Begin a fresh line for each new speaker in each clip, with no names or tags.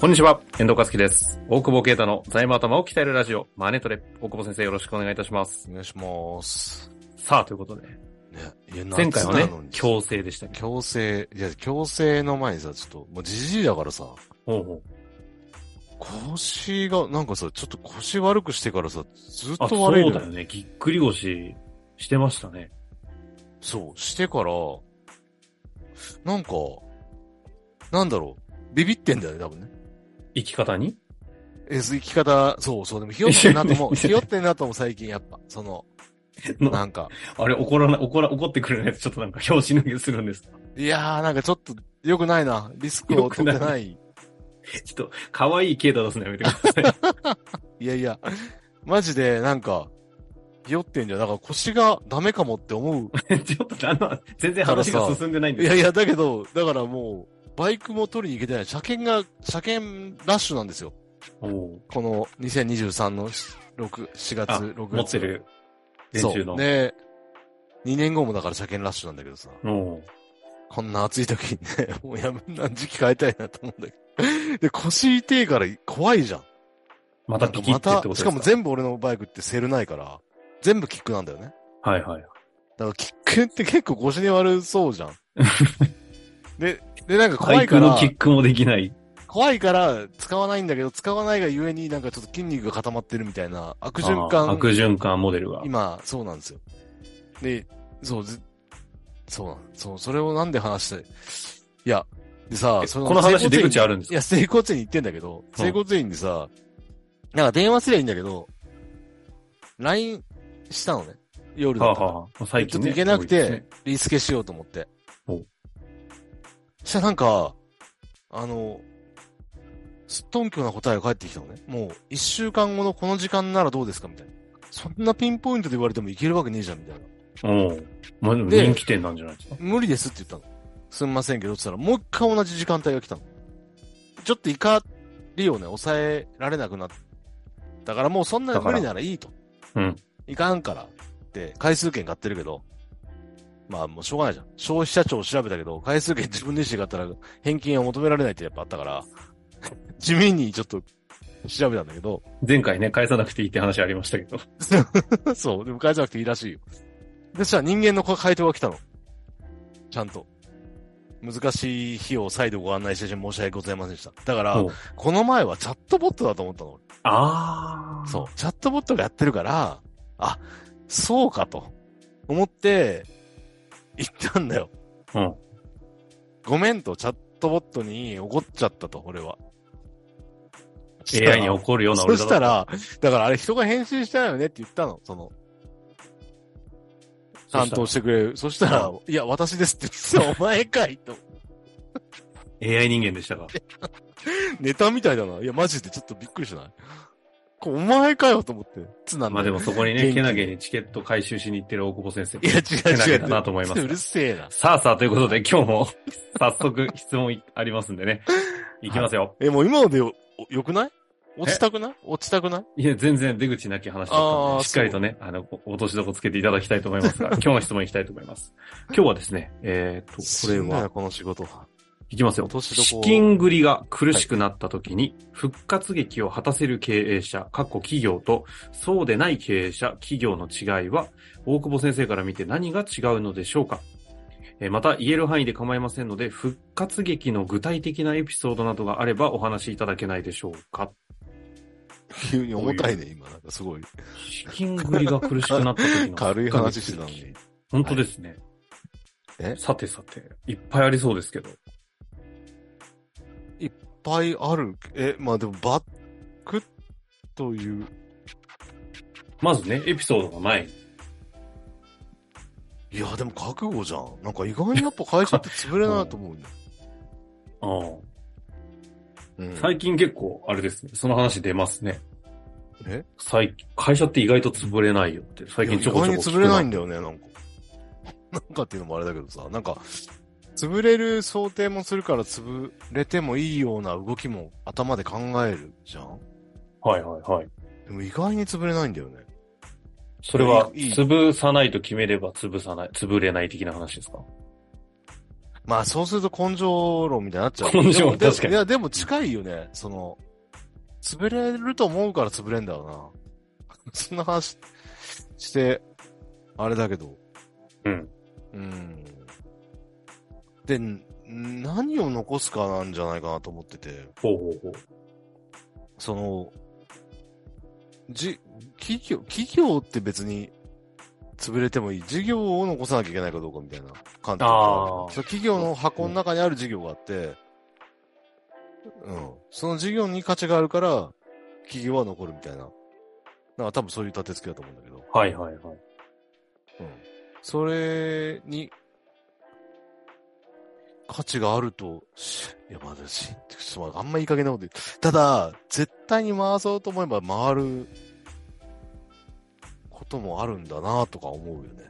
こんにちは、遠藤和樹です。大久保啓太の財務頭を鍛えるラジオ、マネトレ。大久保先生よろしくお願いいたします。
お願いします。
さあ、ということで、
ね、いや
前回は
夏
ね
なの、に
強制でしたけど。
強制、いや、強制の前にさ、ちょっと、もうじじいだからさ、
ほうほう
腰が、なんかさ、ちょっと腰悪くしてからさ、ずっ
あ、
と
そ
悪いの
うだよね。ぎっくり腰してましたね。
そう、してから、なんか、なんだろう、ビビってんだよね、多分ね。
生き方に
え、生き方、そうそう、でも、ひよってんなとも
いや
ひよってんなとも最近やっぱ、その、なんか、
あれ、怒らな、怒ら、怒ってくれないやつ、ちょっとなんか拍子抜けするんですか
いやー、なんかちょっと、良くないな、リスクを取って
良くな
ない
ちょっと、可愛い啓太出すのやめてください。
いやいや、マジで、なんか、酔ってんじゃん。なんか腰がダメかもって思う。
ちょっと、あの、全然話が進んで ないん
い
です
や
よ
いや、だけど、だからもう、バイクも取りに行けてない。車検が、車検ラッシュなんですよ。
おう
この2023の6、4月、
あ、
6月。
持ってる。連中
そ
の。
う。で、2年後もだから車検ラッシュなんだけどさ。
おう
こんな暑い時にね、 もうやめな、時期変えたいなと思うんだけど。で、腰痛いから怖いじゃん。
また
なんか
ピキってってこと
ま
で
たし
す
か
か
も全部俺のバイクってセルないから、全部キックなんだよね。
はいはい。
だから、キックンって結構腰に悪そう じゃん。で、で、なんか怖
バ
い
イ
か
クの
ら
キ、ックもできない。
怖いから使わないんだけど、使わないがゆえになんかちょっと筋肉が固まってるみたいな悪循
あー
環
悪。循環モデルが。
今、そうなんですよ。で、そう、ずそうなんそう、それをなんで話して、いや、でさ
え、
そ
この話
整
出
骨院
口あるんです
い
か
や、整骨院行ってんだけど、整骨院でさ、なんか電話すりゃいいんだけど、LINE したのね。夜だ
は
ったから
あ、はあ、最
ちょ
近ね。
っと行けな
多
く
いです
て
ね、
リスケしようと思って。
お
そしたらなんか、あの、すっとんきょな答えが返ってきたのね。もう、一週間後のこの時間ならどうですかみたいな。そんなピンポイントで言われてもいけるわけねえじゃん、みたいな。
おうまあでも
で
人気店なんじゃないですか。
無理ですって言ったの。すんませんけど、つったら、もう一回同じ時間帯が来たの。ちょっと怒りをね、抑えられなくなったから、もうそんな無理ならいいと。
うん。
いかんからって、回数券買ってるけど、まあもうしょうがないじゃん。消費者庁を調べたけど、回数券自分でして買ったら返金を求められないってやっぱあったから、 地味にちょっと調べたんだけど、
前回ね、返さなくていいって話ありましたけど。
そう、でも返さなくていいらしいよ。で、そしたら人間の回答が来たの。ちゃんと。難しい費用を再度ご案内してし申し訳ございませんでした。だから
お、う
この前はチャットボットだと思ったの。俺
ああ。
そう。チャットボットがやってるから、あ、そうかと思って、行ったんだよ。
うん。
ごめんと、チャットボットに怒っちゃったと、俺は。
AI に怒るような
そ
俺だ
したら、だからあれ人が返信したよねって言ったの、その、担当してくれる。そしたら、いや、私ですって言ってたお 前かいと。
AI 人間でしたか。
ネタみたいだな。いや、マジでちょっとびっくりしないこうお前かよと思って。つなん
まあ
だ
で
よ
もそこに
元
ね、
気
けなげにチケット回収しに行ってる大久保先生。
いや、違う
けな
違
げ
う。
だなと思いま
う
す
る。せえな。
さあさあということで今日も早速質問いありますんで ね。いきますよ。
え、もう今のでよ、およくない落ちたくない落ちたくない
いや、全然出口なき話だったん
あー
で、しっかりとね、あの、お落としどこつけていただきたいと思います が、今日の質問いきたいと思います。今日はですね、えー、っと、これ
死んだよ
は、
この仕事。
いきますよ
落。としどこ
資金繰りが苦しくなった時に、復活劇を果たせる経営者、かっこ企業と、そうでない経営者、企業の違いは、大久保先生から見て何が違うのでしょうかえーまた、言える範囲で構いませんので、復活劇の具体的なエピソードなどがあればお話しいただけないでしょうか
急に重たいね、今。なんかすごい。
資金繰りが苦しくなった時の
軽い話してたのに。
本当ですね。
え
さてさて、いっぱいありそうですけど。
いっぱいある。え、まあでも、バックという、
まずね、エピソードがない。
いや、でも覚悟じゃん。なんか意外にやっぱ会社って潰れないと思うね。
ああ
うん
最近結構、あれですね、その話出ますね。
え
最近、会社って意外と潰れないよって、最近ちょこちょこ
いや意外に潰れないんだよね、なんか。なんかっていうのもあれだけどさ、なんか、潰れる想定もするから潰れてもいいような動きも頭で考えるじゃん
はいはいはい。
でも意外に潰れないんだよね。
それは、
いいいい
潰さないと決めれば潰さない、潰れない的な話ですか
まあそうすると根性論みたいになっちゃう。
根性論
でも
確かに
いや、でも近いよね。その、潰れると思うから潰れんだよな。 そんな話して、あれだけど。
うん。
うん。で、ん何を残すかなんじゃないかなと思ってて、
ほうほうほう。
その、じ、企業、企業って別に潰れてもいい。事業を残さなきゃいけないかどうかみたいな感じ。
あー
そう企業の箱の中にある事業があって、うん。その事業に価値があるから、企業は残るみたいな。だから多分そういう立て付けだと思うんだけど。
はいはいはい。
うん。それに、価値があると、しいや、まだし、ちょっと待ってあんまいい加減なこと言う。ただ、絶対に回そうと思えば回ることもあるんだなとか思うよね。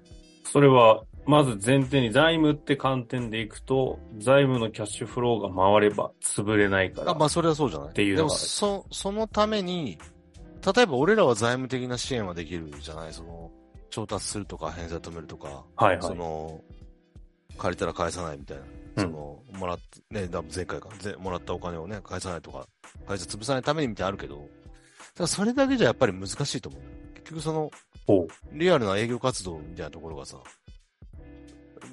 それは、まず前提に財務って観点でいくと、財務のキャッシュフローが回れば潰れないから。
あ、まあ、それはそうじゃない。
っていう
で
の
も、
がある
そ、そのために、例えば俺らは財務的な支援はできるじゃないその、調達するとか、返済止めるとか、
はいは
そ
い。
の、借りたら返さないみたいな。
うん
その、もらっ、ね、だ前回か、ぜもらったお金をね、返さないとか、会社潰さないためにみたいなのあるけど、ただそれだけじゃやっぱり難しいと思う。結局その、
ほう。
リアルな営業活動みたいなところがさ、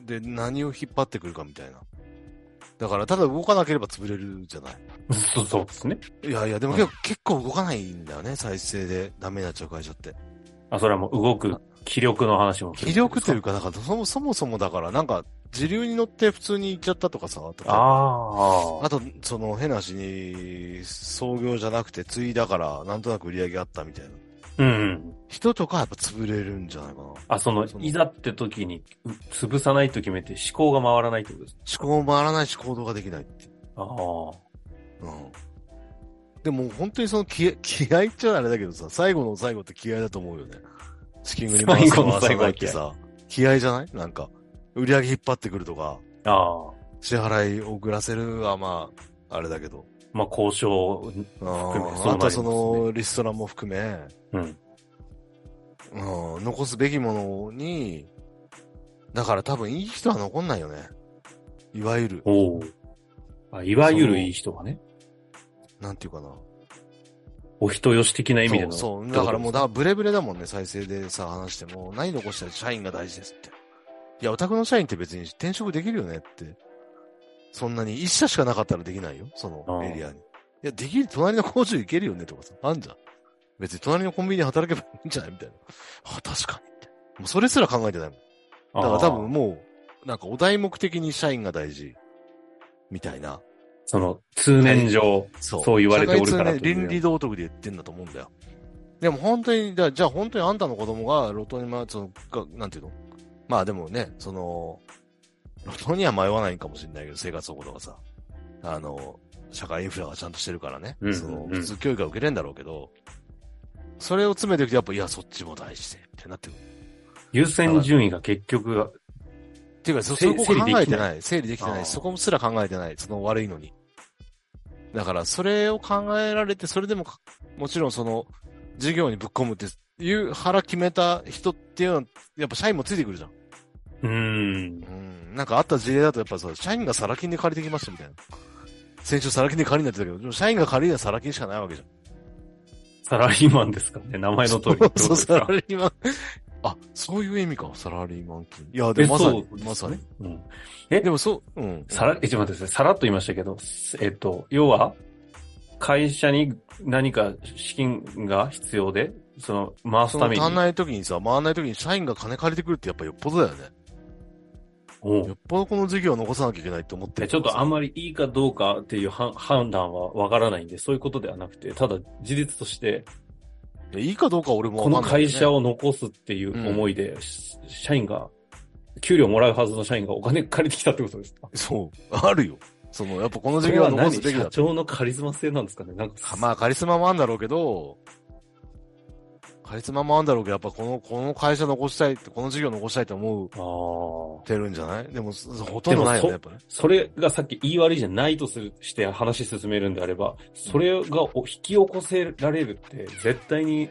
で、何を引っ張ってくるかみたいな。だから、ただ動かなければ潰れるじゃない。
そうそうですね。
いやいや、でも結構,、結構動かないんだよね、再生でダメになっちゃう会社って。
あ、それはもう動く気力の話も。
気力というか、なんかそもそもそもだから、なんか、時流に乗って普通に行っちゃったとかさ、とか。
あ
あと、その、変な話に、創業じゃなくて、継いだから、なんとなく売り上げあったみたいな。
あ。うんうん。
人とかやっぱ潰れるんじゃないかな。思
あ、その
そ、の
いざって時にう潰さないと決めて思考が回らないってことですね。
考も回らないし、行動ができないっていう。
ああ。
うん。でも、本当にその気合、 気合いっちゃあれだけどさ、最後の最後って気合いだと思うよね。スキングに回す
最後の
回
最
さ
後
ない
は
ってさ、気合いじゃないなんか、売り上げ引っ張ってくるとか、
ああ。
支払い遅らせるはまあ、あれだけど。
まあ、交渉。含めそう
あ
なりますね
あとはその、リストラも含め、
うん。
うん、残すべきものに、だから多分いい人は残んないよね。いわゆる、
おお。あいわゆるいい人がね。
なんていうかな。
お人よし的な意味での。
そう、そう。だからもう、だ
っ
か
て
らブレブレだもんね、再生でさ、話しても。何残したら社員が大事ですって。いや、お宅の社員って別に転職できるよねって。そんなに、一社しかなかったらできないよ、そのエリアに。いや、できる、隣の工場行けるよねとかさ、あんじゃん。別に隣のコンビニで働けばいいんじゃないみたいな。あ、確かにって。もうそれすら考えてないもん。
こと
だから
です
多
あ
分
あ
もう、なんかお題目的に社員が大事、みたいな。
その、通念上。
そう。
そう言われておるから
社会通
という
念倫理道徳で言ってんだと思うんだよ。でも本当に、じゃあじゃあ本当にあんたの子供が路頭に迷う、その、がなんていうのまあでもね、その、路頭には迷わないかもしれないけど、生活保護とかさ、あの、社会インフラがちゃんとしてるからね、
うん
その、
うん
普通教育が受けれるんだろうけど、それを詰めていくとやっぱ、いや、そっちも大事で、ってなってくる。
優先順位が結局、
っていうか、そ、
せ
そこを考
整理
え
でき
て
な
ない。整理できてな
あー
い。そこすら考えてない。その悪いのに。だから、それを考えられて、それでもか、もちろんその、事業にぶっ込むっていう腹決めた人っていうのは、やっぱ社員もついてくるじゃん。
うーん。
うん。なんかあった事例だと、やっぱそう、社員がサラ金で借りてきましたみたいな。先週サラ金で借りになってたけど、でも社員が借りにはサラ金しかないわけじゃん。
サラリーマンですかね。名前の通り。
そう、
そ
サラリーマン。あ、そういう意味か、サラリーマン金。いや、で
え、
もまさ
そ
に
う、ですね。
まさに。
うん。
でもそう、うん。
さら、え、ちょっと待ってください。さらっと言いましたけど、えっと、要は、会社に何か資金が必要で、その、回す
そ
た
の
めに。
足んない時にさ、回んない時に社員が金借りてくるってやっぱよっぽどだよね。
おう
よっぽどこの事業を残さなきゃいけないって思って
え
る。
ちょっとあん
ま
まりいいかどうかっていう判判断はわからないんで、そういうことではなくて、ただ事実として、
いいかどうか俺も
この会社
を。
を残すっていう思いで、し社員が、給料もらうはずの社員がお金借りてきたってことですか
そう、あるよ。その、やっぱこの
そ
事
れ
業
は
は残
何
すべき
社
だ。
長のカリスマ性なんですかねなんか、
まあ、カリスマもあるんだろうけど、カリスマもあるんだろうけど、やっぱこの、この会社残したいって、この事業残したいと思う
あー
てるんじゃないでも、そほとんどないよね、
で
やっ
も
ぱね。
それがさっき言い悪いじゃないとするして話進めるんであれば、それがお引き起こせられるって、絶対に、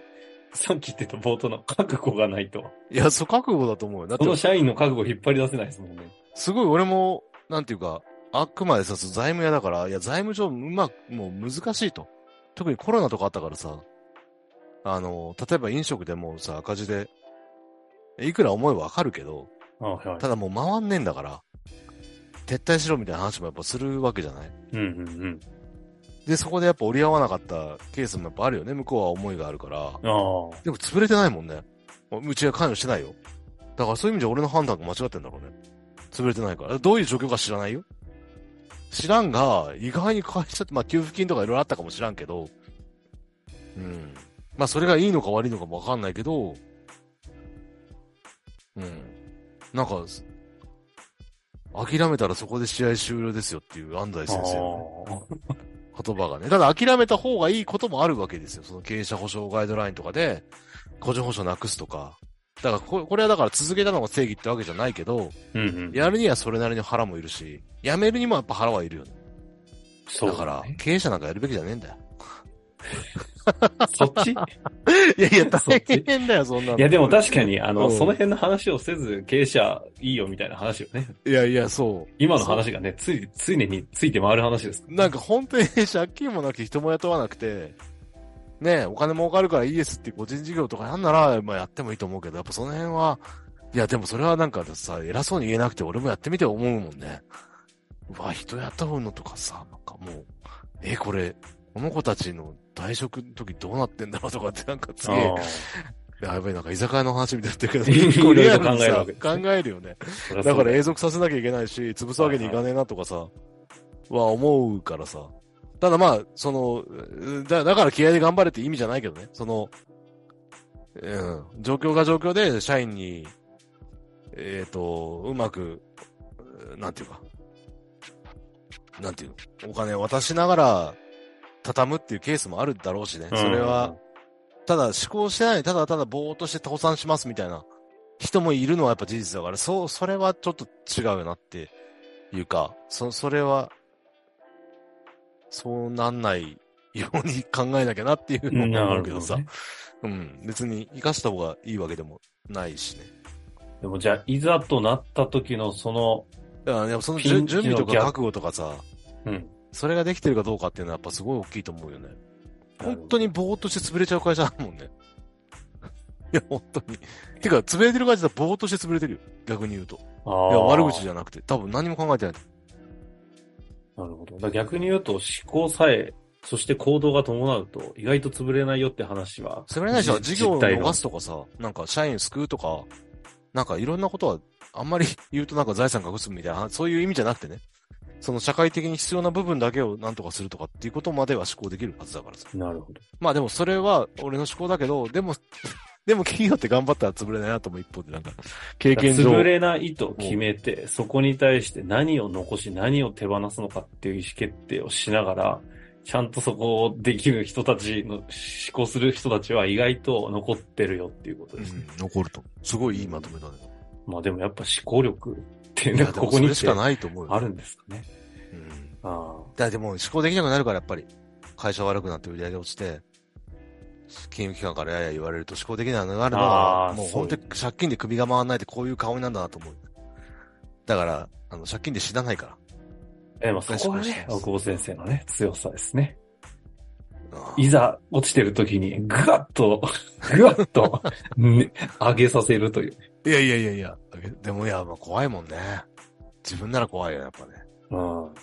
さっき言ってた冒頭の覚悟がないと。
いや、そう覚悟だと思うよ。だっ
その
て、
社員の覚悟を引っ張り出せないですもんね。
すごい俺も、なんていうか、あくまでさ、財務屋だから、いや、財務上、うまく、もう難しいと。特にコロナとかあったからさ、あの、例えば飲食でもうさ、赤字で、いくら思えばわかるけど、
あはい
ただもう回んねえんだから、撤退しろみたいな話もやっぱするわけじゃない
うんうん
で、そこでやっぱ折り合わなかったケースもやっぱあるよね。向こうは思いがあるから。
うん。ああ。
でも潰れてないもんね。うちは関与してないよ。だからそういう意味じゃ俺の判断が間違ってんだろうね。潰れてないから。どういう状況か知らないよ。知らんが、意外に会社って、まあ給付金とかいろいろあったかもしらんけど、うん。まあそれがいいのか悪いのかもわかんないけど、うん。なんか、諦めたらそこで試合終了ですよっていう安西先生のね、言葉がね。ただ諦めた方がいいこともあるわけですよ。その経営者保障ガイドラインとかで、個人保障なくすとか。だからこ、これはだから続けたのが正義ってわけじゃないけど、
うんうん。
やるにはそれなりの腹もいるし、やめるにもやっぱ腹はいるよね。
そう
だ
ね
から、経営者なんかやるべきじゃねえんだよ。
そっち い
いやい
そ
や、
っ
大
ち
変だよ、そんなの。
や、でも確かに、あの、
うん
その辺の話をせず、経営者いいよみたいな話をね。
いやいや、そう。
今の話がね、つい、ついについて回る話です。
なんか本当に借金もなくて人も雇わなくて、ねえ、お金儲かるからいいですって個人事業とかやんなら、まあやってもいいと思うけど、やっぱその辺は、いやでもそれはなんかさ、偉そうに言えなくて俺もやってみて思うもんね。うわ、人雇うのとかさ、なんかもう、え、これ、この子たちの退職の時どうなってんだろうとかってなんかすげえ
あ、あ
やべえ、なんか居酒屋の話みたいになってるけど、
いろいろ
リアルに
考える
さ
わけですね
考えるよね。
そりゃそう
だから永続させなきゃいけないし、潰すわけにいかねえなとかさ、は思うからさ。ただまあ、その、うだだから気合で頑張れって意味じゃないけどね。その、うん、状況が状況で社員に、えっ、と、うまく、うんなんていうか、なんていうの、お金を渡しながら、畳むっていうケースもあるだろうしね。それは、、ただ思考してない、ただただぼーっとして倒産しますみたいな人もいるのはやっぱ事実だから、そう、それはちょっと違うよなっていうか、そ、それは、そうなんないように考えなきゃなっていう
うん
のも
な
思
る
うけど
ほ
さ、
どね。
うん、別に生かした方がいいわけでもないしね。
でもじゃあ、いざとなった時のその、
だから、その
ピン
準
チの
準備とか
ギャップ
覚悟とかさ、
うん。
それができてるかどうかっていうのはやっぱすごい大きいと思うよね。本当にぼーっとして潰れちゃう会社だもんね。 いや、本当 に。てか、潰れてる会社だぼーっとして潰れてるよ。逆に言うと。い
あ
や、
ー、
悪口じゃなくて。多分何も考えてない。
なるほど。だから逆に言うと、思考さえ、そして行動が伴うと、意外と潰れないよって話は、
潰れないし、
じ
事業を
実態の
逃すとかさ、なんか社員を救うとか、なんかいろんなことは、あんまり 言うとなんか財産隠すみたいな、そういう意味じゃなくてね。その社会的に必要な部分だけをなんとかするとかっていうことまでは思考できるはずだからさ。
なるほど。
まあでもそれは俺の思考だけど、でも、 でも企業って頑張ったら潰れないなとも一方でなんか、経験上。
潰れないと決めて、そこに対して何を残し、何を手放すのかっていう意思決定をしながら、ちゃんとそこをできる人たちの、思考する人たちは意外と残ってるよっていうこと
う
ですね。
ん、残ると。すごいいいまとめだね。
まあでもやっぱ思考力って、
い
ね、
や、で
こ
も
こ
そ
に
れ
来
してかないと思うよ。
あるんですかね。
うん。
ああ。
だってもう思考できなくなるから、やっぱり。会社悪くなって売り上げ落ちて、金融機関からやや言われると思考できなくなるの
あ
は、
ー
もう
そう
本当に借金で首が回らないってこういう顔なんだなと思う。だから、あの、借金で死なないから。
えーまあそこは
確か
ね
に、
大久保先生のね、強さですね。
あー
いざ落ちてる時に、ぐわっ と、ぐわっと、ね、上げさせるという。
いやいやいやいや。でもいや、まあ怖いもんね。自分なら怖いよ、やっぱね。
うん。
はい。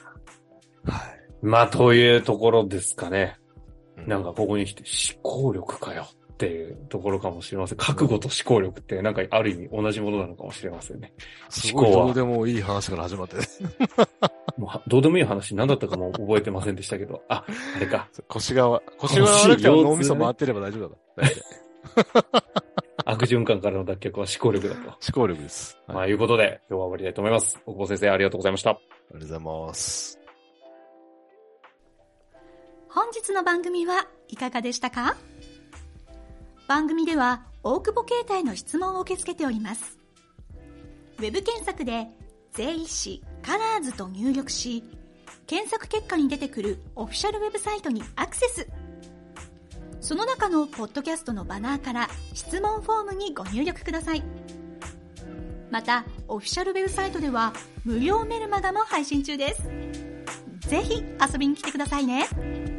まあ、というところですかね。
う
なんか、ここに来て、思考力かよっていうところかもしれません。覚悟と思考力って、なんかある意味同じものなのかもしれませんね。
すごい
思考は
どうでもいい話から始まって、
もうは、どうでもいい話、何だったかも覚えてませんでしたけど、あ、あれか、
腰が、腰が悪くても脳みそ回ってれば大丈夫だから。
悪循環からの脱却は思考力だと。
思考力です。はい
まあ、いうことで、今日は終わりたいと思います。大久保先生、ありがとうございました。
ありがとうございます。
本日の番組はいかがでしたか番組では大久保携帯の質問を受け付けております。ウェブ検索で税理士カラーズと入力し、検索結果に出てくるオフィシャルウェブサイトにアクセス。その中のポッドキャストのバナーから質問フォームにご入力ください。またオフィシャルウェブサイトでは無料メルマガも配信中ですぜひ遊びに来てくださいね